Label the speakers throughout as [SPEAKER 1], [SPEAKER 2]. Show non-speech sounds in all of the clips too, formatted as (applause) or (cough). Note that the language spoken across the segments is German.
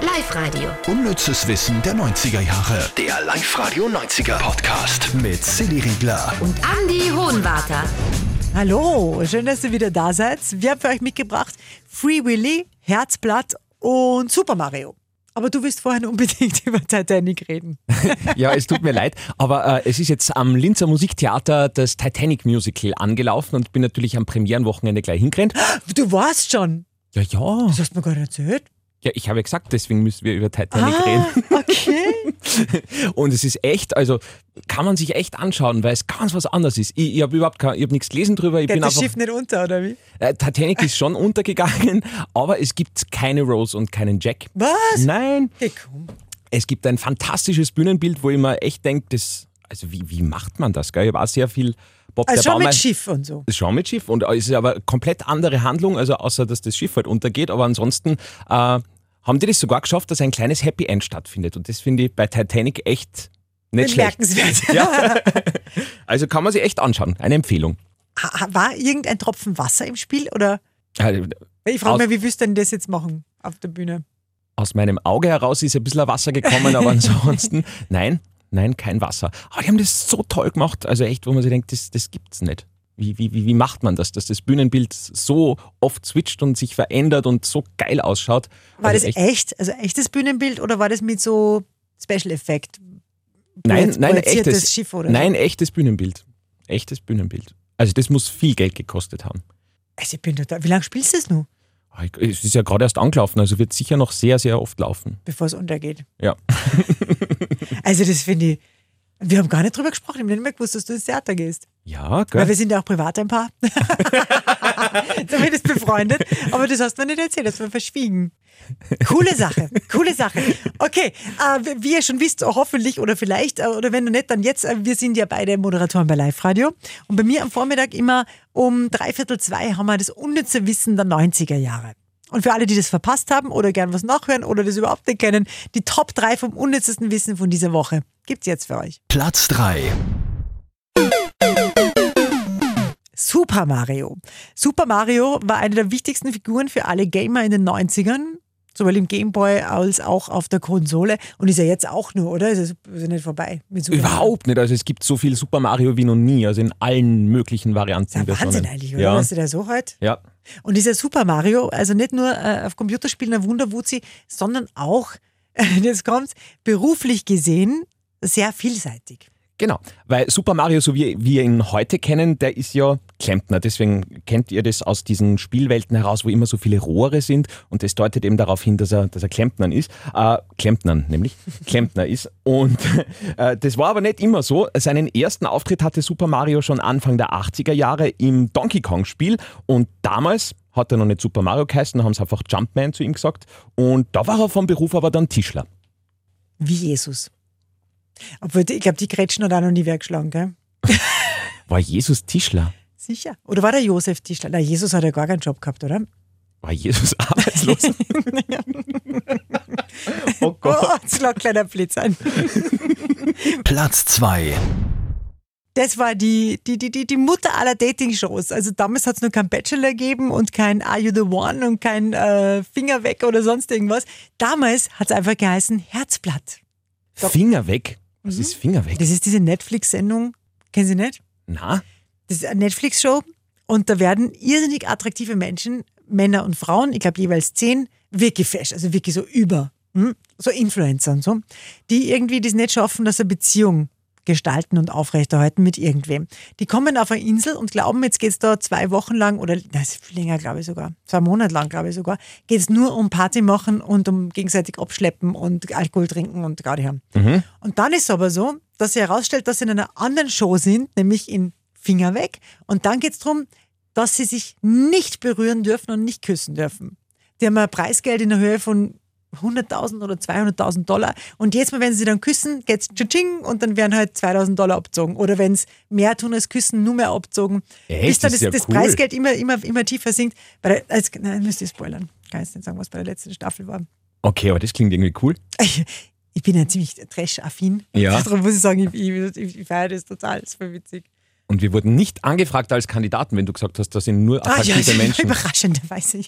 [SPEAKER 1] Live-Radio.
[SPEAKER 2] Unnützes Wissen der 90er Jahre.
[SPEAKER 3] Der Live-Radio 90er Podcast.
[SPEAKER 2] Mit Silly Riegler.
[SPEAKER 1] Und Andy Hohenwarter.
[SPEAKER 4] Hallo, schön, dass ihr wieder da seid. Wir haben für euch mitgebracht Free Willy, Herzblatt und Super Mario. Aber du willst vorher unbedingt (laughs) über Titanic reden.
[SPEAKER 5] Ja, es tut mir leid, aber äh, es ist jetzt am Linzer Musiktheater das Titanic Musical angelaufen und bin natürlich am Premierenwochenende gleich hingerannt.
[SPEAKER 4] Du warst schon.
[SPEAKER 5] Ja, ja.
[SPEAKER 4] Das hast du mir gar nicht erzählt.
[SPEAKER 5] (laughs) Ja, ich habe ja gesagt, deswegen müssen wir über Titanic reden.
[SPEAKER 4] Ah, okay.
[SPEAKER 5] Und es ist echt, also kann man sich echt anschauen, weil es ganz was anderes ist. Ich, ich habe überhaupt kein, ich hab nichts gelesen drüber. Ich
[SPEAKER 4] Geht
[SPEAKER 5] bin
[SPEAKER 4] das
[SPEAKER 5] einfach,
[SPEAKER 4] Schiff nicht unter, oder wie?
[SPEAKER 5] äh, Titanic ist schon untergegangen, (laughs) aber es gibt keine Rose und keinen Jack.
[SPEAKER 4] Was?
[SPEAKER 5] Nein,
[SPEAKER 4] Okay, komm.
[SPEAKER 5] es gibt ein fantastisches Bühnenbild, wo ich mir echt denke, das, also wie, wie macht man das? Gell? Ich war sehr viel Bob
[SPEAKER 4] Also
[SPEAKER 5] der
[SPEAKER 4] schon mit
[SPEAKER 5] Baumeister-
[SPEAKER 4] Schiff und so.
[SPEAKER 5] Schon mit Schiff und äh, es ist aber komplett andere Handlung, also außer dass das Schiff halt untergeht, aber ansonsten äh, haben die das sogar geschafft, dass ein kleines Happy End stattfindet und das finde ich bei Titanic echt nicht schlecht.
[SPEAKER 4] Bemerkenswert.
[SPEAKER 5] Ja. Also kann man sich echt anschauen, eine Empfehlung.
[SPEAKER 4] (laughs) Ha- ha- War irgendein Tropfen Wasser im Spiel? Oder?
[SPEAKER 5] Äh,
[SPEAKER 4] Ich frage
[SPEAKER 5] Aus-
[SPEAKER 4] mich, wie willst du denn das jetzt machen auf der Bühne?
[SPEAKER 5] Aus meinem Auge heraus ist ein bisschen Wasser
[SPEAKER 4] (laughs)
[SPEAKER 5] gekommen, aber ansonsten nein, nein, kein Wasser. Aber die haben das so toll gemacht, also echt, wo man sich denkt, das, das gibt's nicht. Wie, wie, wie wie macht man das, dass das Bühnenbild so oft switcht und sich verändert und so geil ausschaut?
[SPEAKER 4] War
[SPEAKER 5] Also
[SPEAKER 4] das echt? Also echtes Bühnenbild oder war das mit so Special Effekt?
[SPEAKER 5] Nein,
[SPEAKER 4] Jetzt
[SPEAKER 5] nein,
[SPEAKER 4] projiziertes
[SPEAKER 5] echtes.
[SPEAKER 4] Schiff oder so.
[SPEAKER 5] nein, echtes Bühnenbild. Echtes Bühnenbild. Also das muss viel Geld gekostet haben.
[SPEAKER 4] Also ich bin total. Wie lange spielst du das nun,
[SPEAKER 5] Ah, ich- Es ist ja gerade erst angelaufen, also wird sicher noch sehr, sehr oft laufen.
[SPEAKER 4] bevor es untergeht?
[SPEAKER 5] Ja.
[SPEAKER 4] (laughs) Also das finde ich. Wir haben gar nicht drüber gesprochen. Ich habe nicht mehr gewusst, dass du ins Theater gehst.
[SPEAKER 5] Ja,
[SPEAKER 4] Weil
[SPEAKER 5] gell?
[SPEAKER 4] wir sind ja auch privat ein Paar. (laughs) Zumindest befreundet. Aber das hast du mir nicht erzählt, das hast du mir verschwiegen. Coole Sache, coole Sache. Okay, äh, wie ihr schon wisst, hoffentlich oder vielleicht, äh, oder wenn du nicht, dann jetzt, äh, wir sind ja beide Moderatoren bei Live-Radio. Und bei mir am Vormittag immer um dreiviertel zwei haben wir das unnütze Wissen der 90er Jahre. Und für alle, die das verpasst haben oder gern was nachhören oder das überhaupt nicht kennen, die Top 3 vom unnützesten Wissen von dieser Woche gibt's jetzt für euch.
[SPEAKER 2] Platz 3.
[SPEAKER 4] Super Mario. Super Mario war eine der wichtigsten Figuren für alle Gamer in den 90ern, sowohl im Gameboy als auch auf der Konsole. Und ist ja jetzt auch nur, oder? Ist ja ist ja nicht vorbei. Mit Super
[SPEAKER 5] Überhaupt nicht. Also es gibt so viel Super Mario wie noch nie, also in allen möglichen Varianten.
[SPEAKER 4] Mario. Das ist ja Wahnsinn
[SPEAKER 5] Versionen.
[SPEAKER 4] eigentlich, oder?
[SPEAKER 5] Ja.
[SPEAKER 4] Was sie da so halt.
[SPEAKER 5] ja.
[SPEAKER 4] Und dieser Super Mario, also nicht nur äh, auf Computerspielen ein Wunderwuzi, sondern auch, (laughs) jetzt kommt's, beruflich gesehen sehr vielseitig.
[SPEAKER 5] Genau, weil Super Mario, so wie wir ihn heute kennen, der ist ja Klempner. Deswegen kennt ihr das aus diesen Spielwelten heraus, wo immer so viele Rohre sind. Und das deutet eben darauf hin, dass er, dass er Klempner ist. Äh, Klempnern nämlich. Klempner ist. Und (laughs) äh, das war aber nicht immer so. Seinen ersten Auftritt hatte Super Mario schon Anfang der 80er Jahre im Donkey Kong-Spiel. Und damals hat er noch nicht Super Mario geheißen, da haben sie einfach Jumpman zu ihm gesagt. Und da war er vom Beruf aber dann Tischler.
[SPEAKER 4] Wie Jesus. Obwohl, die- ich glaube, die Gretchen hat auch noch nie weggeschlagen, gell?
[SPEAKER 5] War Jesus Tischler?
[SPEAKER 4] Sicher. Oder war der Josef Tischler? Na, Jesus hat ja gar keinen Job gehabt, oder?
[SPEAKER 5] War Jesus (laughs) arbeitslos? oh Gott.
[SPEAKER 4] Oh, es lag kleiner Blitz an.
[SPEAKER 2] Platz 2.
[SPEAKER 4] Das war die, die, die, die, die Mutter aller Dating-Shows. Also damals hat es nur kein Bachelor gegeben und kein Are You the One und kein äh, Finger weg oder sonst irgendwas. Damals hat es einfach geheißen Herzblatt.
[SPEAKER 5] Finger weg. Was ist Finger weg?
[SPEAKER 4] Das ist diese Netflix-Sendung, kennen Sie nicht?
[SPEAKER 5] Na,
[SPEAKER 4] Das ist eine Netflix-Show und da werden irrsinnig attraktive Menschen, Männer und Frauen, ich glaube jeweils zehn, wirklich fesch, also wirklich so über, hm? so Influencer und so, die irgendwie das nicht schaffen, dass eine Beziehung gestalten und aufrechterhalten mit irgendwem. Die kommen auf eine Insel und glauben, jetzt geht's da zwei Wochen lang oder na, ist viel länger, glaube ich sogar, zwei Monate lang, glaube ich sogar, geht's nur um Party machen und um gegenseitig abschleppen und Alkohol trinken und Gaudi haben. Und dann ist es aber so, dass sie herausstellt, dass sie in einer anderen Show sind, nämlich in Finger weg. Und dann geht es darum, dass sie sich nicht berühren dürfen und nicht küssen dürfen. Die haben ein Preisgeld in der Höhe von 100.000 oder 200.000 Dollar. Und jedes Mal, wenn sie dann küssen, geht's tsching und dann werden halt 2.000 Dollar abzogen. Oder wenn es mehr tun als küssen, nur mehr abzogen.
[SPEAKER 5] Echt?
[SPEAKER 4] Bis dann das,
[SPEAKER 5] Das ist ja
[SPEAKER 4] das
[SPEAKER 5] cool.
[SPEAKER 4] Preisgeld immer, immer, immer tiefer sinkt. Bei der, als, nein, müsst ihr spoilern. Kann ich jetzt nicht sagen, was bei der letzten Staffel war.
[SPEAKER 5] okay, aber das klingt irgendwie cool.
[SPEAKER 4] Ich bin ja ziemlich trash-affin. Also
[SPEAKER 5] Ja.
[SPEAKER 4] Darum muss ich sagen, ich, ich, ich, ich feiere das total. Das ist voll witzig.
[SPEAKER 5] Und wir wurden nicht angefragt als Kandidaten, wenn du gesagt hast, das sind
[SPEAKER 4] Ah,
[SPEAKER 5] nur
[SPEAKER 4] (laughs)
[SPEAKER 5] attraktive Menschen. Mhm.
[SPEAKER 4] überraschenderweise.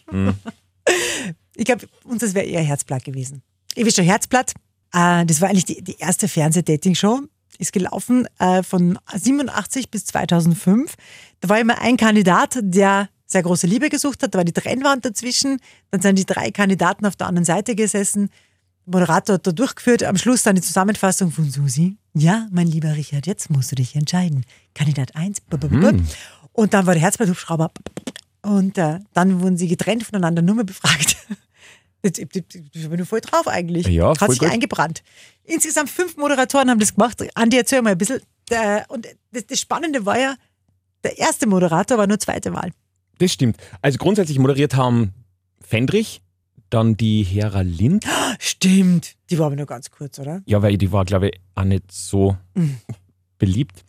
[SPEAKER 4] Ich glaube, uns das wäre eher Herzblatt gewesen. Ewischer Herzblatt. Äh, das war eigentlich die, die erste Fernseh-Dating-Show. Ist gelaufen äh, von 87 bis 2005. Da war immer ein Kandidat, der sehr große Liebe gesucht hat. Da war die Trennwand dazwischen. Dann sind die drei Kandidaten auf der anderen Seite gesessen. Moderator hat da durchgeführt. Am Schluss dann die Zusammenfassung von Susi. Ja, mein lieber Richard, jetzt musst du dich entscheiden. Kandidat 1. b- b- b-
[SPEAKER 5] Mhm.
[SPEAKER 4] Und dann war der Herzblatt-Hubschrauber. Und äh, dann wurden sie getrennt voneinander, nur mehr befragt. (laughs) Jetzt, ich, ich, ich bin voll drauf eigentlich.
[SPEAKER 5] Ja,
[SPEAKER 4] Hat
[SPEAKER 5] voll
[SPEAKER 4] sich
[SPEAKER 5] gut.
[SPEAKER 4] eingebrannt. Insgesamt fünf Moderatoren haben das gemacht. Andi, erzähl mal ein bisschen. Äh, Und das, das Spannende war ja, der erste Moderator war nur zweite Wahl.
[SPEAKER 5] Das stimmt. Also grundsätzlich moderiert haben Fendrich, dann die Hera Lind.
[SPEAKER 4] Stimmt. Die war aber nur ganz kurz, oder?
[SPEAKER 5] Ja, weil die war, glaube ich, auch nicht so beliebt.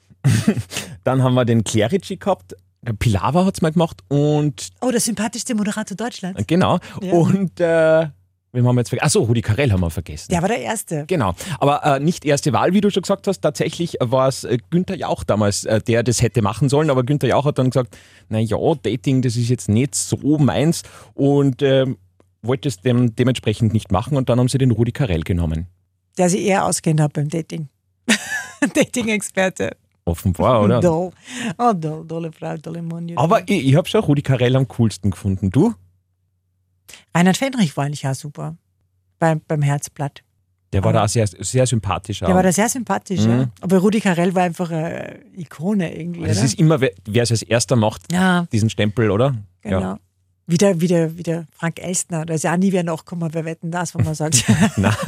[SPEAKER 5] (laughs) dann haben wir den Clerici gehabt. Der Pilawa hat es mal gemacht und
[SPEAKER 4] Oh, der sympathischste Moderator Deutschlands.
[SPEAKER 5] genau.
[SPEAKER 4] Ja.
[SPEAKER 5] Und äh, wen haben wir jetzt vergessen? Achso, Rudi Carell haben wir vergessen.
[SPEAKER 4] Der war der erste.
[SPEAKER 5] Genau, aber äh, nicht erste Wahl, wie du schon gesagt hast. Tatsächlich war es äh, Günther Jauch damals, äh, der das hätte machen sollen. Aber Günther Jauch hat dann gesagt, naja, Dating, das ist jetzt nicht so meins und ähm, wollte es dem, dementsprechend nicht machen. Und dann haben sie den Rudi Carell genommen.
[SPEAKER 4] Der sich eher auskennt hat beim Dating. (laughs) Dating-Experte. (laughs)
[SPEAKER 5] Offenbar, oder?
[SPEAKER 4] Doll. Oh, doll, dolle Frau, dolle Mann.
[SPEAKER 5] Aber ich, ich habe schon Rudi Carell am coolsten gefunden. Du?
[SPEAKER 4] Reinhard Fendrich war eigentlich auch super. Beim, beim Herzblatt.
[SPEAKER 5] Der war da auch sehr, sehr sympathisch.
[SPEAKER 4] Der
[SPEAKER 5] auch.
[SPEAKER 4] war da sehr sympathisch, ja. Aber Rudi Carell war einfach eine Ikone irgendwie.
[SPEAKER 5] Mhm. das
[SPEAKER 4] oder?
[SPEAKER 5] Also ist immer, wer wer es als erster macht,
[SPEAKER 4] ja,
[SPEAKER 5] diesen Stempel, oder?
[SPEAKER 4] genau.
[SPEAKER 5] Ja.
[SPEAKER 4] Wieder, wieder, wieder Frank Elstner. Da ist ja auch nie wer nachgekommen, wer wetten das, wenn man
[SPEAKER 5] (laughs)
[SPEAKER 4] sagt.
[SPEAKER 5] Nein.
[SPEAKER 4] (laughs)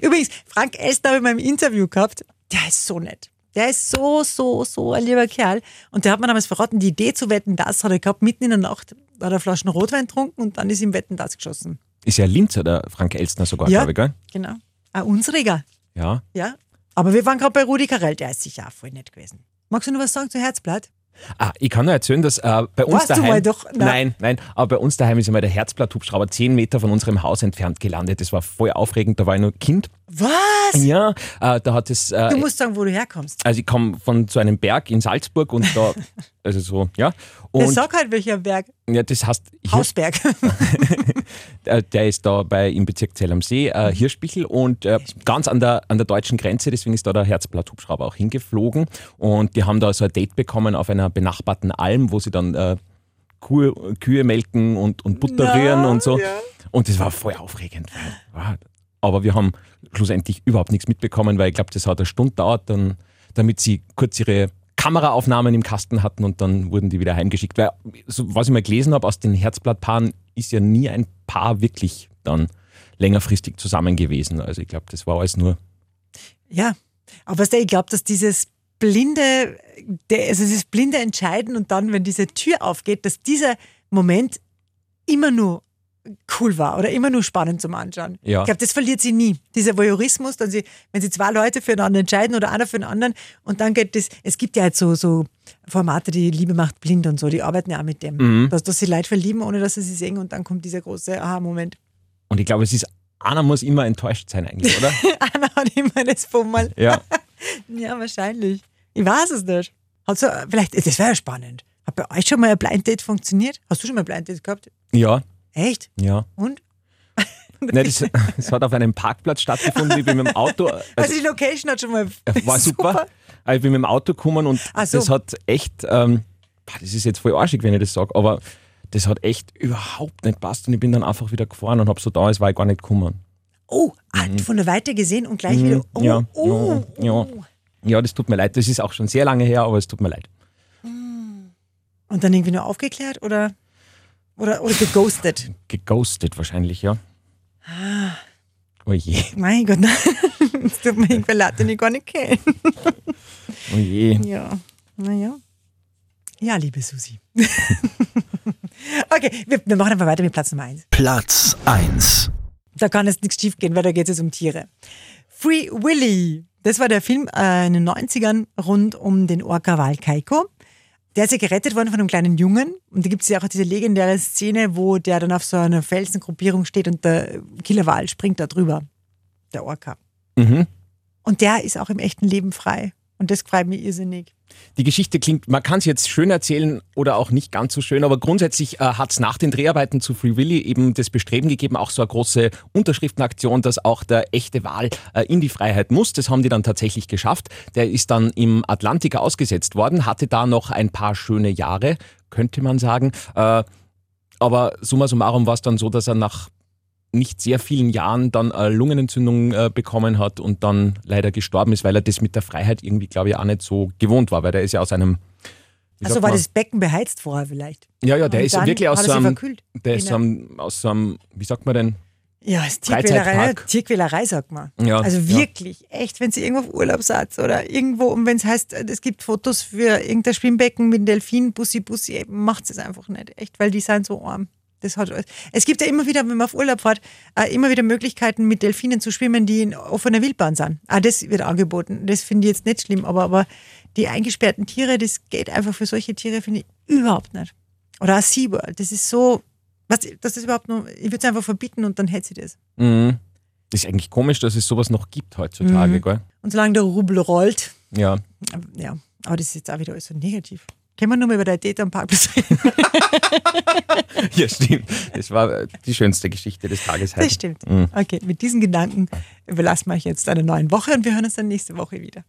[SPEAKER 4] Übrigens, Frank Elstner habe ich mal im Interview gehabt. Der ist so nett. Der ist so, so, so ein lieber Kerl. Und der hat mir damals verraten, die Idee zu wetten, das hat er gehabt, mitten in der Nacht hat er Flaschen Rotwein getrunken und dann ist ihm Wetten das geschossen.
[SPEAKER 5] Ist ja Linz oder Frank Elstner sogar,
[SPEAKER 4] Ja.
[SPEAKER 5] glaube ich, gell?
[SPEAKER 4] Genau. Ein unsriger,
[SPEAKER 5] Ja.
[SPEAKER 4] ja. Aber wir waren gerade bei Rudi Carell, der ist sicher auch voll nett gewesen. Magst du noch was sagen zu Herzblatt?
[SPEAKER 5] Ah, ich kann nur erzählen, dass äh, bei uns
[SPEAKER 4] Warst du
[SPEAKER 5] daheim.
[SPEAKER 4] mal doch-
[SPEAKER 5] nein.
[SPEAKER 4] Na.
[SPEAKER 5] nein, aber bei uns daheim ist einmal der Herzblatt-Hubschrauber 10 Meter von unserem Haus entfernt gelandet. Das war voll aufregend, da war ich nur Kind.
[SPEAKER 4] Was?
[SPEAKER 5] Ja, äh, da hat es.
[SPEAKER 4] Du
[SPEAKER 5] Äh,
[SPEAKER 4] musst sagen, wo du herkommst.
[SPEAKER 5] also ich komme von so einem Berg in Salzburg und
[SPEAKER 4] (laughs)
[SPEAKER 5] da. Also so, ja.
[SPEAKER 4] Der
[SPEAKER 5] Und
[SPEAKER 4] sag halt welcher Berg.
[SPEAKER 5] ja, das heißt, Hirsch,
[SPEAKER 4] Hausberg.
[SPEAKER 5] äh, der ist da bei im Bezirk Zell am See, äh, Hirschbichel und äh, ganz an der, an der deutschen Grenze, deswegen ist da der Herzblatt-Hubschrauber auch hingeflogen. Und die haben da so ein Date bekommen auf einer benachbarten Alm, wo sie dann äh, Kuh, Kühe melken und, und Butter
[SPEAKER 4] Na,
[SPEAKER 5] rühren und so. Und das war voll aufregend. weil- wow. Aber wir haben schlussendlich überhaupt nichts mitbekommen, weil ich glaube, das hat eine Stunde dauert, dann, damit sie kurz ihre Kameraaufnahmen im Kasten hatten und dann wurden die wieder heimgeschickt. Weil, so, was ich mal gelesen habe, aus den Herzblattpaaren ist ja nie ein Paar wirklich dann längerfristig zusammen gewesen. Also ich glaube, das war alles nur.
[SPEAKER 4] Ja, aber weißt du, ich glaube, dass dieses blinde, der, also dieses blinde Entscheiden und dann, wenn diese Tür aufgeht, dass dieser Moment immer nur cool war oder immer nur spannend zum Anschauen.
[SPEAKER 5] Ja.
[SPEAKER 4] Ich glaube, das verliert sie nie. Dieser Voyeurismus, dann sie, wenn sie zwei Leute füreinander entscheiden oder einer für den anderen und dann geht das, es gibt ja jetzt so, so Formate, die Liebe macht blind und so, die arbeiten ja auch mit dem, dass, dass sie Leid verlieben, ohne dass sie sie sehen und dann kommt dieser große Aha-Moment. (laughs)
[SPEAKER 5] Und ich glaube, es ist, einer muss immer enttäuscht sein eigentlich, oder?
[SPEAKER 4] Anna hat immer das Fummel.
[SPEAKER 5] ja.
[SPEAKER 4] Ja, wahrscheinlich. Ich weiß es nicht. Hat so, vielleicht, das wäre ja spannend. Hat bei euch schon mal ein Blind Date funktioniert? Hast du schon mal ein Blind Date gehabt?
[SPEAKER 5] Ja,
[SPEAKER 4] Echt?
[SPEAKER 5] ja.
[SPEAKER 4] Und?
[SPEAKER 5] Nein, das, das hat auf einem Parkplatz stattgefunden. Ich bin mit dem Auto.
[SPEAKER 4] Also, die Location hat schon mal. (laughs)
[SPEAKER 5] War super. Ich bin mit dem Auto gekommen und
[SPEAKER 4] Ach so.
[SPEAKER 5] das hat echt, ähm, boah, das ist jetzt voll arschig, wenn ich das sage, aber das hat echt überhaupt nicht passt und ich bin dann einfach wieder gefahren und habe so da, es war ich gar nicht gekommen.
[SPEAKER 4] Oh, ah, von der Weite gesehen und gleich wieder. Oh,
[SPEAKER 5] Mhm. ja,
[SPEAKER 4] oh,
[SPEAKER 5] ja,
[SPEAKER 4] oh.
[SPEAKER 5] ja. Ja, das tut mir leid. Das ist auch schon sehr lange her, aber es tut mir leid.
[SPEAKER 4] Und dann irgendwie nur aufgeklärt oder, oder, oder geghostet?
[SPEAKER 5] Geghostet wahrscheinlich, ja.
[SPEAKER 4] Ah.
[SPEAKER 5] Oh je,
[SPEAKER 4] mein Gott, nein. (laughs) Das tut mir irgendwie leid, den ich gar nicht kenne.
[SPEAKER 5] oh je.
[SPEAKER 4] Ja, naja. Ja, liebe Susi. (laughs) okay, wir, wir machen einfach weiter mit Platz Nummer eins.
[SPEAKER 2] Platz 1.
[SPEAKER 4] da kann jetzt nichts schief gehen, weil da geht es um Tiere. Free Willy, das war der Film äh, in den 90ern rund um den Orca Wal Kaiko. Der ist ja gerettet worden von einem kleinen Jungen und da gibt es ja auch diese legendäre Szene, wo der dann auf so einer Felsengruppierung steht und der Killerwal springt da drüber, der Orca.
[SPEAKER 5] Mhm.
[SPEAKER 4] Und der ist auch im echten Leben frei. Und das freut mich irrsinnig.
[SPEAKER 5] Die Geschichte klingt, man kann es jetzt schön erzählen oder auch nicht ganz so schön, aber grundsätzlich äh, hat es nach den Dreharbeiten zu Free Willy eben das Bestreben gegeben, auch so eine große Unterschriftenaktion, dass auch der echte Wahl äh, in die Freiheit muss. Das haben die dann tatsächlich geschafft. Der ist dann im Atlantik ausgesetzt worden, hatte da noch ein paar schöne Jahre, könnte man sagen. Äh, aber summa summarum war es dann so, dass er nach nicht sehr vielen Jahren dann eine Lungenentzündung äh, bekommen hat und dann leider gestorben ist, weil er das mit der Freiheit irgendwie, glaube ich, auch nicht so gewohnt war, weil der ist ja aus einem. wie
[SPEAKER 4] Also
[SPEAKER 5] sagt
[SPEAKER 4] war
[SPEAKER 5] man?
[SPEAKER 4] das Becken beheizt vorher vielleicht.
[SPEAKER 5] Ja, ja, der
[SPEAKER 4] und
[SPEAKER 5] ist
[SPEAKER 4] dann
[SPEAKER 5] wirklich aus
[SPEAKER 4] hat
[SPEAKER 5] so
[SPEAKER 4] er sie
[SPEAKER 5] einem.
[SPEAKER 4] verkühlt.
[SPEAKER 5] Der ist
[SPEAKER 4] In
[SPEAKER 5] so einem, aus so einem, wie sagt man denn?
[SPEAKER 4] Ja, ist Tierquälerei,
[SPEAKER 5] Freizeitpark.
[SPEAKER 4] Tierquälerei, sagt man.
[SPEAKER 5] Ja,
[SPEAKER 4] also
[SPEAKER 5] ja.
[SPEAKER 4] wirklich, echt, wenn sie irgendwo auf Urlaub seid oder irgendwo, und wenn es heißt, es gibt Fotos für irgendein Schwimmbecken mit Delfin, Bussi, Bussi, macht es einfach nicht. Echt, weil die sind so arm. Das hat alles. Es gibt ja immer wieder, wenn man auf Urlaub fährt, äh, immer wieder Möglichkeiten, mit Delfinen zu schwimmen, die in offener Wildbahn sind. Ah, das wird angeboten. Das finde ich jetzt nicht schlimm, aber, aber die eingesperrten Tiere, das geht einfach für solche Tiere, finde ich, überhaupt nicht. Oder ein SeaWorld, das ist so, was, das ist überhaupt nur, ich würde es einfach verbieten und dann hätte sie das.
[SPEAKER 5] Mhm. Das ist eigentlich komisch, dass es sowas noch gibt heutzutage, gell?
[SPEAKER 4] Und solange der Rubel rollt, äh,
[SPEAKER 5] Ja. (laughs)
[SPEAKER 4] ja, aber das ist jetzt auch wieder alles so negativ. Können wir nur mal über der Date am Parkplatz reden?
[SPEAKER 5] Ja, stimmt. Das war äh, die schönste Geschichte des Tages heute.
[SPEAKER 4] Das stimmt. Okay, mit diesen Gedanken überlassen wir euch jetzt eine neue Woche und wir hören uns dann nächste Woche wieder.